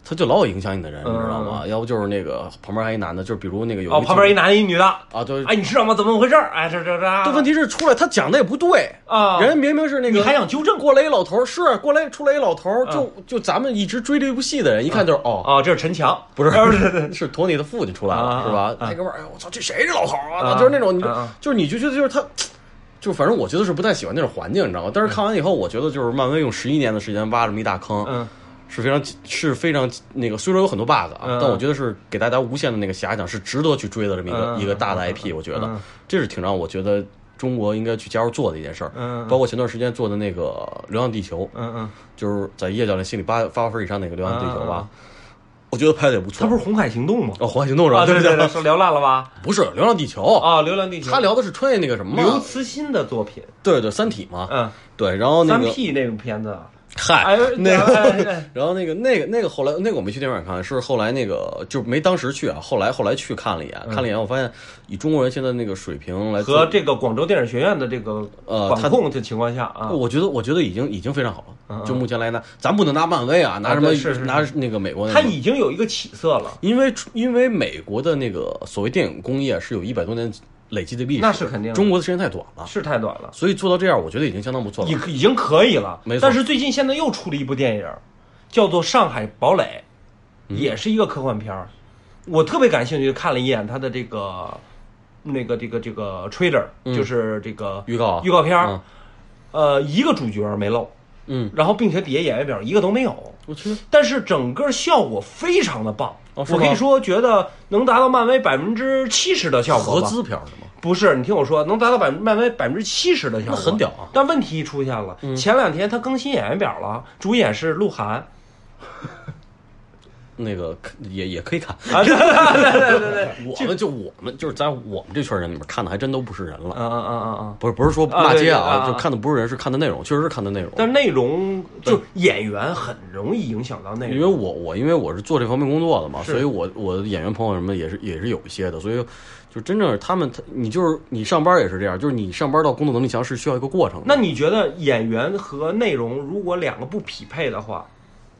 他就老有影响你的人，你嗯知道吗？要不就是那个旁边还一男的，就是比如那个有哦，个旁边一记男一女的，者啊，就是哎，你知道吗？怎么回事儿？哎，这这这，这问题题是出来他讲的也不对，啊，人家明明是那个你还想纠正过来一老头儿是啊过来出来一老头儿，就就咱们一直追这部戏的人，一看就是哦，啊？这是陈强，不是 对对对， 是托尼的父亲出来啊了啊是吧？啊那哥们儿，哎呦我操，这谁这老头儿啊啊？就是那种你啊啊就是你就觉得就是他。就反正我觉得是不太喜欢那种环境，你知道吗？但是看完以后，我觉得就是漫威用十一年的时间挖这么一大坑，嗯，是非常是非常那个，虽说有很多 bug 啊，嗯但我觉得是给大家无限的那个遐想，是值得去追的这么一个、嗯一个大的 IP，、我觉得、嗯这是挺让我觉得中国应该去加入做的一件事儿。嗯嗯包括前段时间做的那个《流浪地球》，嗯嗯，就是在叶教练心里八八分以上那个《流浪地球》吧，嗯我觉得拍的也不他错。不是《红海行动》吗？哦，《环海行动》是吧？啊，对对对对，是聊烂了吧？不是《流浪地球》啊，《流浪地球》他聊的是穿越那个什么刘嘛？慈欣的作品，对对，《三体》嘛。嗯，对，然后那三个 P 那个片子啊，嗨，哎，那个，个，哎然后那个那个那个后来那个我没去电影院看，是后来那个就没当时去啊，后来后来去看了一眼，看了一眼，我发现以中国人现在那个水平来 嗯和做，这个广州电影学院的这个呃管他控的情况下啊，我觉得我觉得已经已经非常好了。就目前来呢，咱不能拿漫威啊，拿什嗯么对是是拿那个美国那他个，已经有一个起色了，因为因为美国的那个所谓电影工业是有一百多年累积的历史，那是肯定的中国的时间太短了，是太短了，所以做到这样，我觉得已经相当不错了已。已经可以了。没错但是最近现在又出了一部电影，叫做《上海堡垒》，嗯也是一个科幻片儿。我特别感兴趣，看了一眼它的这个那个这个这个 trailer，就是这个嗯预告啊预告片儿嗯。呃，一个主角没漏，嗯，然后并且底下演员表一个都没有。我去，但是整个效果非常的棒，哦是我吗可以说觉得能达到漫威百分之七十的效果合吧。资片儿是吗？不是，你听我说，能达到百漫威百分之七十的效果，那很屌啊嗯但问题出现了，前两天他更新演员表了，主演是鹿晗那个也也可以看，啊，对对对对对， 我们就我们就是在我们这圈人里面看的还真都不是人了，嗯嗯嗯嗯嗯。不是不是说啊骂街对对啊啊就看的不是人，是看的内容，确实是看的内容。但是内容就演员很容易影响到内因为容，我我因为我是做这方面工作的嘛，所以我我的演员朋友什么的也是也是有一些的，所以就真正他们他你就是你上班也是这样，就是你上班到工作能力强是需要一个过程的。那你觉得演员和内容如果两个不匹配的话，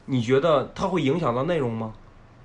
你觉得它会影响到内容吗？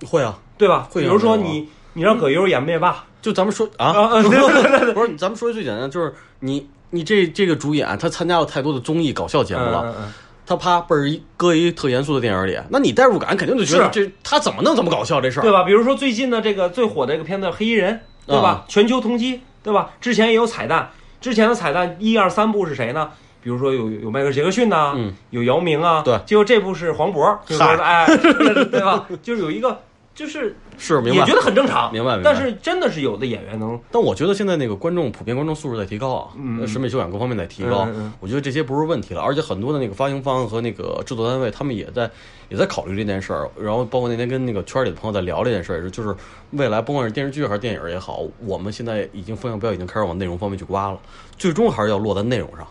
会啊，对吧？会比影如响到说吗你你让葛优演灭霸，就咱们说啊啊啊，对对对不是咱们说一最简单的，就是你你这这个主演他参加了太多的综艺搞笑节目了，嗯嗯嗯他啪倍儿一搁一特严肃的电影里，那你代入感肯定就觉得是这他怎么弄怎么搞笑这事对儿。吧？比如说最近的这个最火的一个片子《黑衣人》，对吧？啊全球同期，对吧？之前也有彩蛋，之前的彩蛋一二三部是谁呢？比如说有有迈克尔·杰克逊呐、嗯有姚明啊，对结果这部是黄渤，就是嗨哎，对 吧？就是有一个，就是是明也白觉。得很正常，明白明白但是真的是有的演员能， 但我觉得现在那个观众普遍观众素质在提高啊，呃审美修养各方面在提高嗯嗯嗯，我觉得这些不是问题了。而且很多的那个发行方和那个制作单位，他们也在也在考虑这件事儿。然后包括那天跟那个圈里的朋友在聊这件事儿，也是就是未来甭管是电视剧还是电影也好，我们现在已经风向标已经开始往内容方面去刮了，最终还是要落在内容上。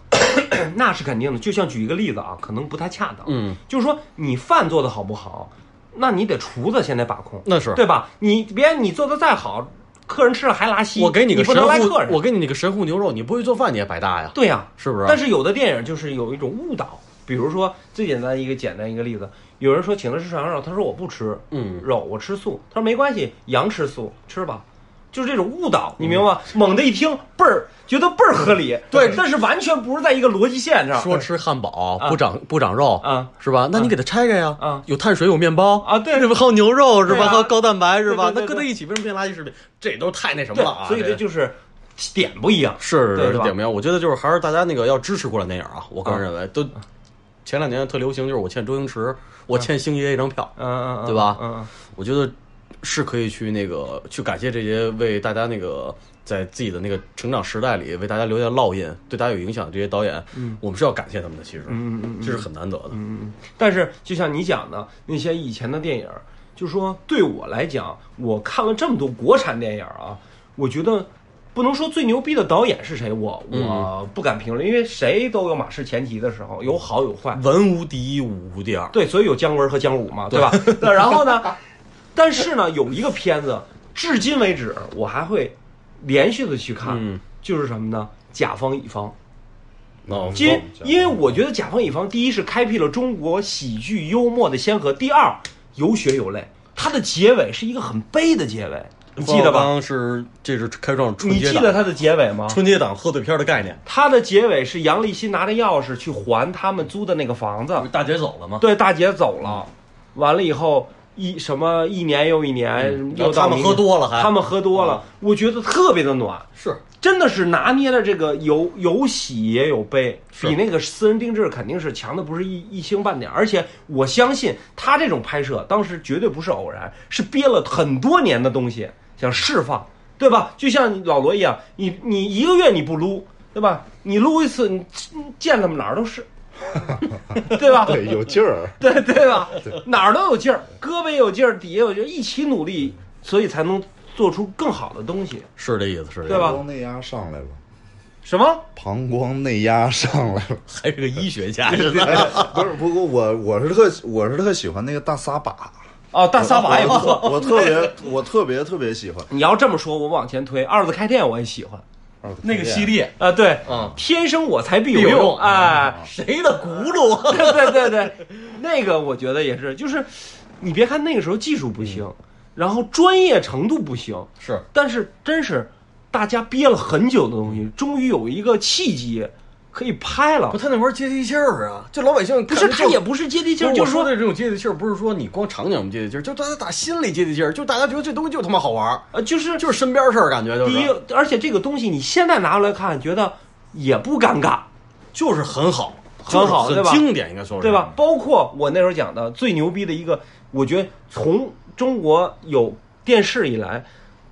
那是肯定的。就像举一个例子啊，可能不太恰当，嗯，就是说你饭做的好不好，那你得厨子先得把控，那是对吧？你别你做的再好，客人吃了还拉稀，我给你你个不神能赖户客，人我，给你那个神户牛肉，你不会做饭你也白搭呀，对呀、啊是啊不是？但是有的电影就是有一种误导，比如说最简单一个简单一个例子，有人说请他吃涮羊肉，他说我不吃嗯肉，我吃素。他说没关系，羊吃素，吃吧。就是这种误导，嗯你明白吗？猛的一听倍儿觉得倍儿合理，对但是完全不是在一个逻辑线上。说吃汉堡不长不长肉啊，是吧？那你给它拆开呀，啊有碳水有面包啊对是吧？还有牛肉是对吧？啊还有高蛋白是吧？对对对那搁在对一起为什么变垃圾食品？这都太那什么对了啊！，所以这就是点不一样。是对对是是吧点不样。我觉得就是还是大家那个要支持国产电影啊，我个人认为都前两年特流行，就是我欠周星驰，我欠星爷一张票，嗯嗯嗯，对吧嗯嗯，我觉得是可以去那个去感谢这些为大家那个在自己的那个成长时代里为大家留下烙印、对大家有影响的这些导演，我们是要感谢他们的。其实，嗯嗯，这是很难得的。但是就像你讲的那些以前的电影，就说对我来讲，我看了这么多国产电影啊，我觉得不能说最牛逼的导演是谁，我我不敢评论，因为谁都有马失前蹄的时候，有好有坏。文无第一，武无第二。对，所以有姜文和姜武嘛，对吧？ 那然后呢，但是呢，有一个片子，至今为止我还会连续的去看，嗯就是什么呢？甲方乙方。哦，因讲因为我觉得甲方乙方，第一是开辟了中国喜剧幽默的先河，第二有血有泪，它的结尾是一个很悲的结尾，你记得吧？？是这是开创春你节记档，啊得它的结尾吗？春节档贺岁片的概念。它的结尾是杨立新拿着钥匙去还他们租的那个房子，大姐走了吗？对，大姐走了，完了以后一什么一年又一年，然又后嗯他到们明喝年多了还嗯他们喝多了，我觉得特别的暖，是真的是拿捏了这个有有喜也有悲，是比那个私人定制肯定是强的不是一一星半点儿。而且我相信他这种拍摄当时绝对不是偶然，是憋了很多年的东西想释放，对吧？就像你老罗一样，你你一个月你不撸，对 吧？你撸一次，你见他们哪儿都 是，对吧？ 对，有劲儿。对对吧？哪儿都有劲儿，胳膊也有劲儿，底下有劲儿，一起努力，所以才能做出更好的东西。是这意思，是这意思对吧东内压上来了，什么？膀胱内压上来了。还哎是个医学家是吧？不是，不过我我是特我是特喜欢那个大撒把，哦，大撒把也不错。我我特别我特别特别喜欢你要这么说，我往前推，二字开店我也喜欢。那个哦系列啊，对，嗯天生我材必必有用，用哦哎，谁的轱辘？啊 对对对对，那个我觉得也是，就是你别看那个时候技术不行，然后专业程度不行，嗯是但是真是大家憋了很久的东西，终于有一个契机可以拍了嗯不，。他那玩意儿接地气儿啊，就老百姓不是，看他着就也不是接地气就儿，是就我是说说，的这种接地气儿，不是说你光场景接地气儿，就大家打心里接地气儿，就大家觉得这东西就他妈好玩儿，呃，就是就是身边事儿，感觉就第一是，而且这个东西你现在拿出来看，觉得也不尴尬，就是很好，很好就是对吧很经典，应该说是对吧？？包括我那时候讲的最牛逼的一个，我觉得从中国有电视以来，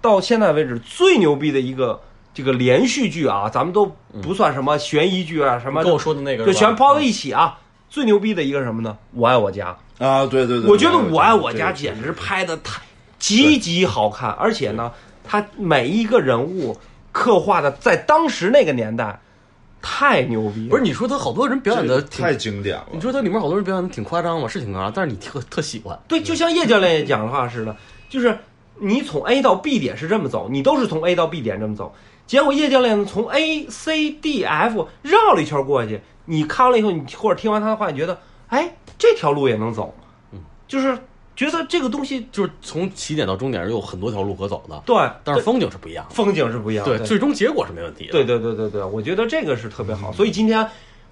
到现在为止最牛逼的一个这个连续剧啊，咱们都不算什么悬疑剧啊，什么嗯跟我说的那个就全包抛到一起啊。最牛逼的一个是什么呢？我爱我家，啊，对对对，我觉得对我爱我家对简直拍的太极其好看，而且呢，他每一个人物刻画的在当时那个年代太牛逼了，不是你说他好多人表演这的个太经典了你。说它里面好多人表演的挺夸张吧？是挺夸张，但是你特特喜欢。对，就像叶教练也讲的话似的，就是你从 A 到 B 点是这么走，你都是从 A 到 B 点这么走。结果叶教练从 A、C、D、F 绕了一圈过去，你看完了以后，你或者听完他的话，你觉得，哎，这条路也能走，嗯就是觉得这个东西就是从起点到终点有很多条路可走的，对，但是风景是不一样的。风景是不一样的。对，最终结果是没问题的。对对对对对，我觉得这个是特别好。所以今天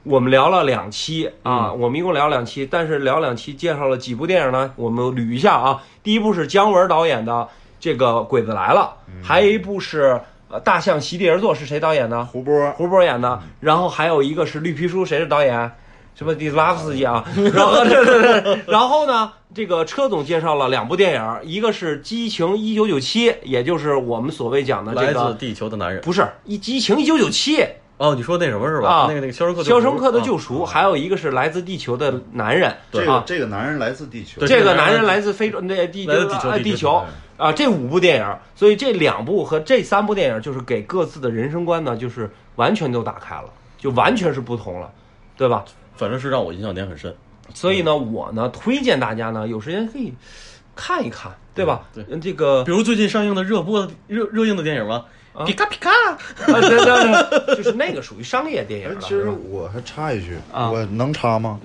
我们聊了两期啊，嗯我们一共聊了两期，但是聊两期介绍了几部电影呢？我们捋一下啊。第一部是姜文导演的这个《鬼子来了》，嗯还有一部是呃《大象席地而坐》，是谁导演的？胡波胡波演的。嗯然后还有一个是《绿皮书》，谁是导演？什么迪斯拉夫斯基啊？嗯然 后对对对，然后呢？这个车总介绍了两部电影，一个是《激情一九九七》，也就是我们所谓讲的这来个自地球的男人。不是《一激情一九九七》哦，你说那什么是吧？啊，那个那个《肖申克啊肖申克的救赎赎》，还有一个是《来自地球的男人》这个啊，这个男人来自地球对，这个男男人人来自非洲，那地来自地球球啊地地球球啊，这五部电影，所以这两部和这三部电影就是给各自的人生观呢，就是完全都打开了，就完全是不同了，对吧？啊反正是让我印象点很深。所以呢，我呢推荐大家呢，有时间可以看一看，对吧？对嗯，这个比如最近上映的热播的热热映的电影吗？皮卡皮卡，啊对对对就是那个属于商业电影哎了，其是实吧我还插一句，啊我能插吗？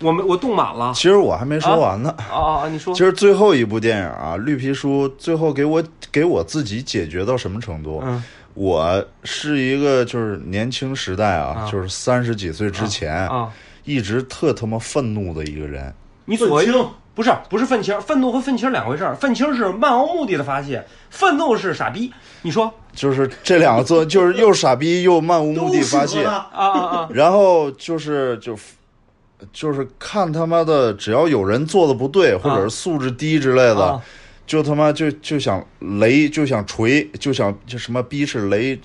我们我动满了其实我还没说完呢。啊啊！啊你说其实最后一部电影啊，《绿皮书》最后给我给我自己解决到什么程度？嗯我是一个就是年轻时代啊，就是三十几岁之前啊一直特他妈愤怒的一个人。你所谓愤青不是不是愤青，愤怒和愤青两回事儿。愤青是漫无目的的发泄，愤怒是傻逼。你说就是这两个字，就是又傻逼又漫无目的发泄，啊啊啊！然后就是就就是看他妈的，只要有人做的不对，或者是素质低之类的，啊就他妈就就想雷，就想锤，就想就什么逼是雷，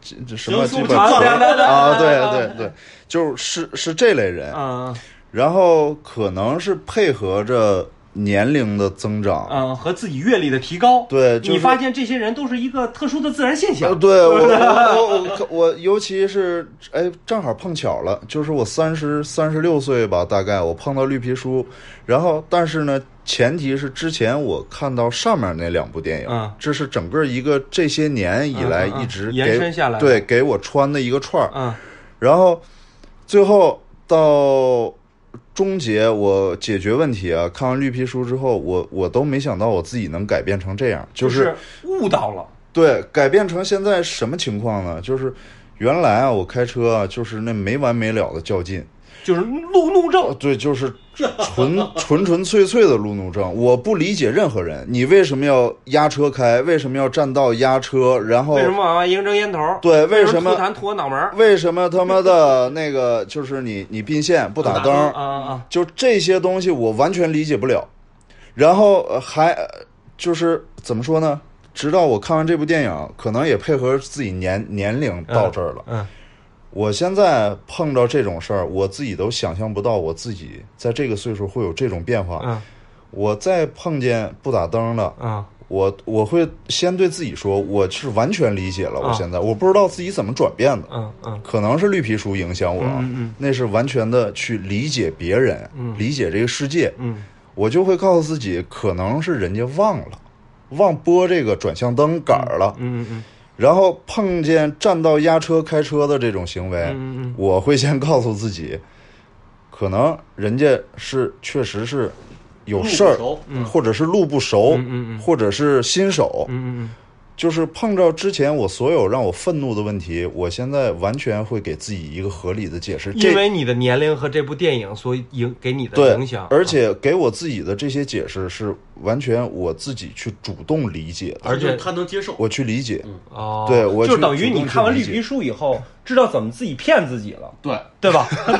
这这什么基行本啊来来来啊，对对对，就是是这类人， 啊然后可能是配合着年龄的增长，啊！和自己阅历的提高，对就是你发现这些人都是一个特殊的自然现 啊，象。对我我我我我，尤其是哎，正好碰巧了，就是我三十三十六岁吧，大概我碰到绿皮书，然后但是呢，前提是之前我看到上面那两部电影，嗯这是整个一个这些年以来嗯嗯嗯一直给、延伸下来的对给我穿的一个串儿，嗯然后最后到终结，我解决问题啊，看完绿皮书之后，我我都没想到我自己能改变成这样，就。就是是悟到了对，改变成现在什么情况呢？就是原来啊，我开车啊，就是那没完没了的较劲，就是路怒哦症，对，就是纯 纯纯粹粹的路怒症。我不理解任何人，你为什么要压车开？为什么要占道压车？然后为什么往外扔扔烟头？哦对为什么吐痰吐我脑门儿？为什么他妈的那个就是你你并线不打灯儿？啊啊！就这些东西我完全理解不了。然后呃还呃就是怎么说呢？直到我看完这部电影，可能也配合自己年年龄到这儿了。嗯我现在碰到这种事儿，我自己都想象不到我自己在这个岁数会有这种变化。嗯我再碰见不打灯的，嗯我我会先对自己说，我是完全理解了，我啊现在我不知道自己怎么转变的，嗯嗯可能是绿皮书影响我啊，那是完全的去理解别人，理解这个世界，嗯我就会告诉自己，可能是人家忘了，忘拨这个转向灯杆儿了，嗯嗯然后碰见占道压车开车的这种行嗯为，我会先告诉自己，可能人家是确实是有事儿路不熟，或者是路不熟，嗯或者是新手，嗯就是碰着之前我所有让我愤怒的问题，我现在完全会给自己一个合理的解释。嗯，因这为你的年龄和这部电影所影给你的对影响，，而且给我自己的这些解释是完全我自己去主动理解的，而且就是他能接受。我去理解。哦，对我就去等于主动你去看完理绿解皮书以后，知道怎么自己骗自己了，对，对 吧？然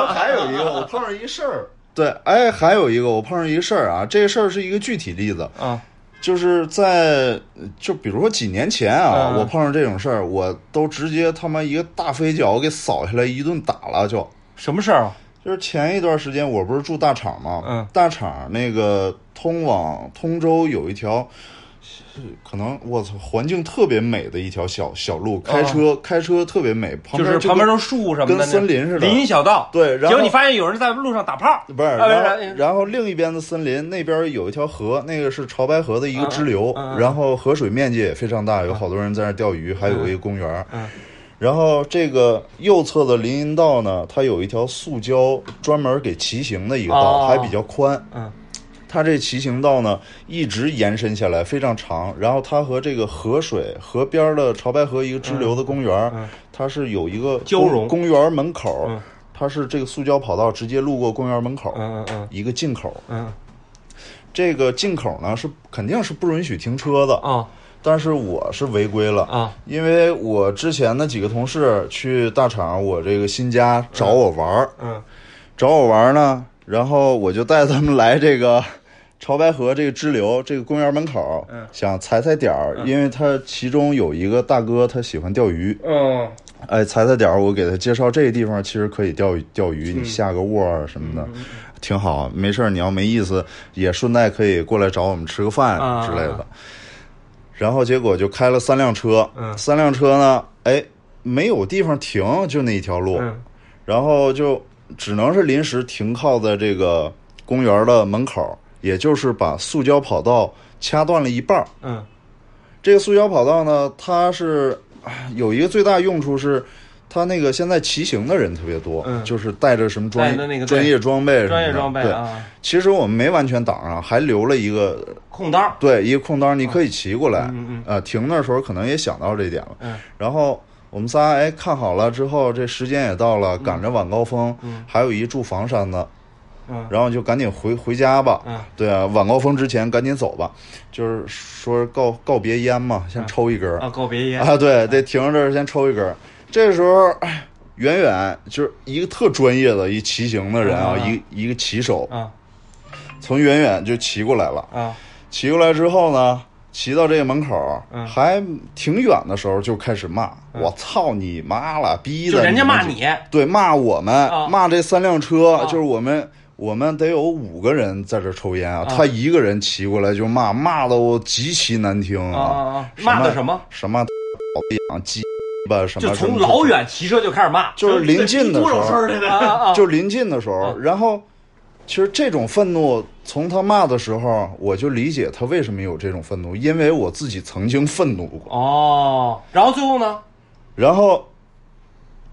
后还有一个，我碰上一事儿。对，哎，还有一个，我碰上一事儿啊，这事儿是一个具体例子，啊，就是在就比如说几年前啊，嗯我碰上这种事儿，我都直接他妈一个大飞脚给扫下来一顿打了就。什么事儿啊？就是前一段时间，我不是住大厂嘛，嗯大厂那个通往通州有一条，是可能我操，环境特别美的一条小小路，开车、开车特别美，旁就边是哦就旁边跟都树什么的，跟森林似的林荫小道。对然后结果你发现有人在路上打炮，不是，啊然后不是然后另一边的森林那边有一条河，那个是潮白河的一个支流，嗯然后河水面积也非常大，有好多人在那儿钓鱼，还有一个公园儿。嗯然后这个右侧的林荫道呢，它有一条塑胶专门给骑行的一个道，哦还比较宽。嗯，它这骑行道呢一直延伸下来，非常长。然后它和这个河水河边儿的潮白河一个支流的公园儿，它是有一个嗯交公融嗯公园门口。它是这个塑胶跑道直接路过公园门口，嗯嗯嗯一个进口。嗯这个进口呢是肯定是不允许停车的，啊但是我是违规了，啊因为我之前的几个同事去大厂，我这个新家找我玩儿，嗯找我玩儿呢，然后我就带他们来这个。 潮白河这个支流，这个公园门口，想踩踩点儿，因为他其中有一个大哥，他喜欢钓鱼，嗯哎，踩踩点儿，我给他介绍这个地方其实可以钓鱼，钓鱼嗯你下个窝儿什么的，挺好。没事儿，你要没意思，也顺带可以过来找我们吃个饭啊之类的。然后结果就开了三辆车，嗯三辆车呢，哎，没有地方停，就那一条路，嗯然后就只能是临时停靠在这个公园的门口，也就是把塑胶跑道掐断了一半儿。嗯这个塑胶跑道呢，它是唉有一个最大用处是，它那个现在骑行的人特别多，嗯就是带着什么专业带着那个对专业装备什么的，专业装备对，啊，其实我们没完全挡上，还留了一个空档对一个空档，你可以骑过来。嗯嗯呃，停那时候可能也想到这一点了。嗯然后我们仨哎看好了之后，这时间也到了，赶着晚高峰，还有一住房山的。嗯然后就赶紧回回家吧。嗯对啊，晚高峰之前赶紧走吧，就是说告告别烟嘛，先抽一根儿、啊，告别烟啊。对，得停着这儿先抽一根儿。这时候，哎，远远就是一个特专业的一骑行的人啊，啊一一个骑手，啊从远远就骑过来了。啊骑过来之后呢，骑到这个门口，嗯还挺远的时候就开始骂：“我操你妈了，逼的！”就人家们骂你，对，骂我们，啊骂这三辆车，就是我们。我们得有五个人在这抽烟啊，他一个人骑过来就骂，骂的我极其难听啊啊啊骂的什么？嗯什么 养鸡吧什么，就从老远骑车就开始骂，就是临近的时多少事候，儿来啊的？啊啊！就临近的时候，然后其实这种愤怒从他骂的时候，我就理解他为什么有这种愤怒，因为我自己曾经愤怒过。哦，然后最后呢？然后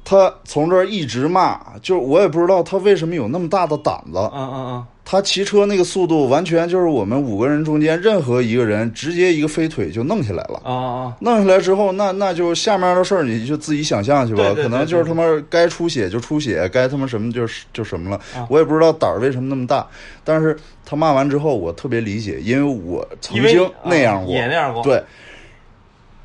他从这儿一直骂，就是我也不知道他为什么有那么大的胆子。嗯嗯嗯，他骑车那个速度，完全就是我们五个人中间任何一个人直接一个飞腿就弄起来了。啊啊弄下来之后，那那就下面的事儿你就自己想象去吧，对对对可能就是对他妈该出血就出血，该他妈什么就是就什么了。啊我也不知道胆儿为什么那么大，但是他骂完之后，我特别理解，因为我曾因为经你那样过，啊也那样过对，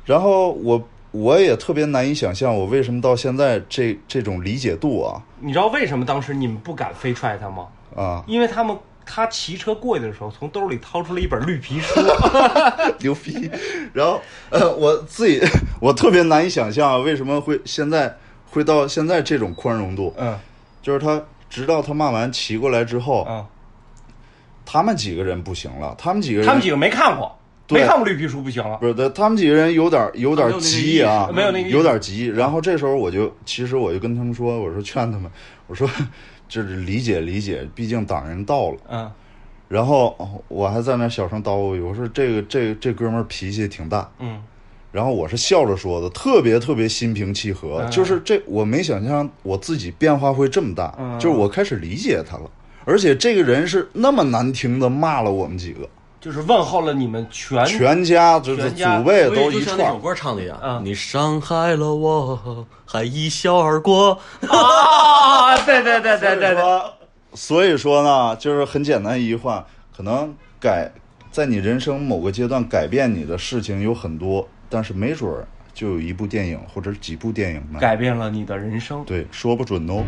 然后我我也特别难以想象，我为什么到现在这这种理解度啊你知道为什么当时你们不敢飞踹他吗？啊因为他们他骑车过去的时候，从兜里掏出了一本绿皮书，牛逼！然后呃，我自己我特别难以想象为什么会现在会到现在这种宽容度， 嗯就是他直到他骂完骑过来之后，嗯他们几个人不行了，他们几个人，他们几个没看过，对没看过绿皮书不行了。不是，他他们几个人有点有点急啊，没有那个意思没有那个意思有点急。然后这时候我就，其实我就跟他们说，我说劝他们， 我说就是理解理解，毕竟党人到了。嗯，然后哦我还在那小声叨咕一句，我说这个这这哥们儿脾气挺大，嗯，然后我是笑着说的，特别特别心平气和，哎就是这我没想象我自己变化会这么大，嗯就是我开始理解他了，而且这个人是那么难听的骂了我们几个，就是问候了你们全全家就是全家祖辈所以都就一像那串首，歌唱的一样，嗯你伤害了我，还一笑而过。啊！对对对对对对，所以说，所以说呢，就是很简单一句话，可能改在你人生某个阶段改变你的事情有很多，但是没准儿就有一部电影或者几部电影呢。改变了你的人生。对，说不准哦。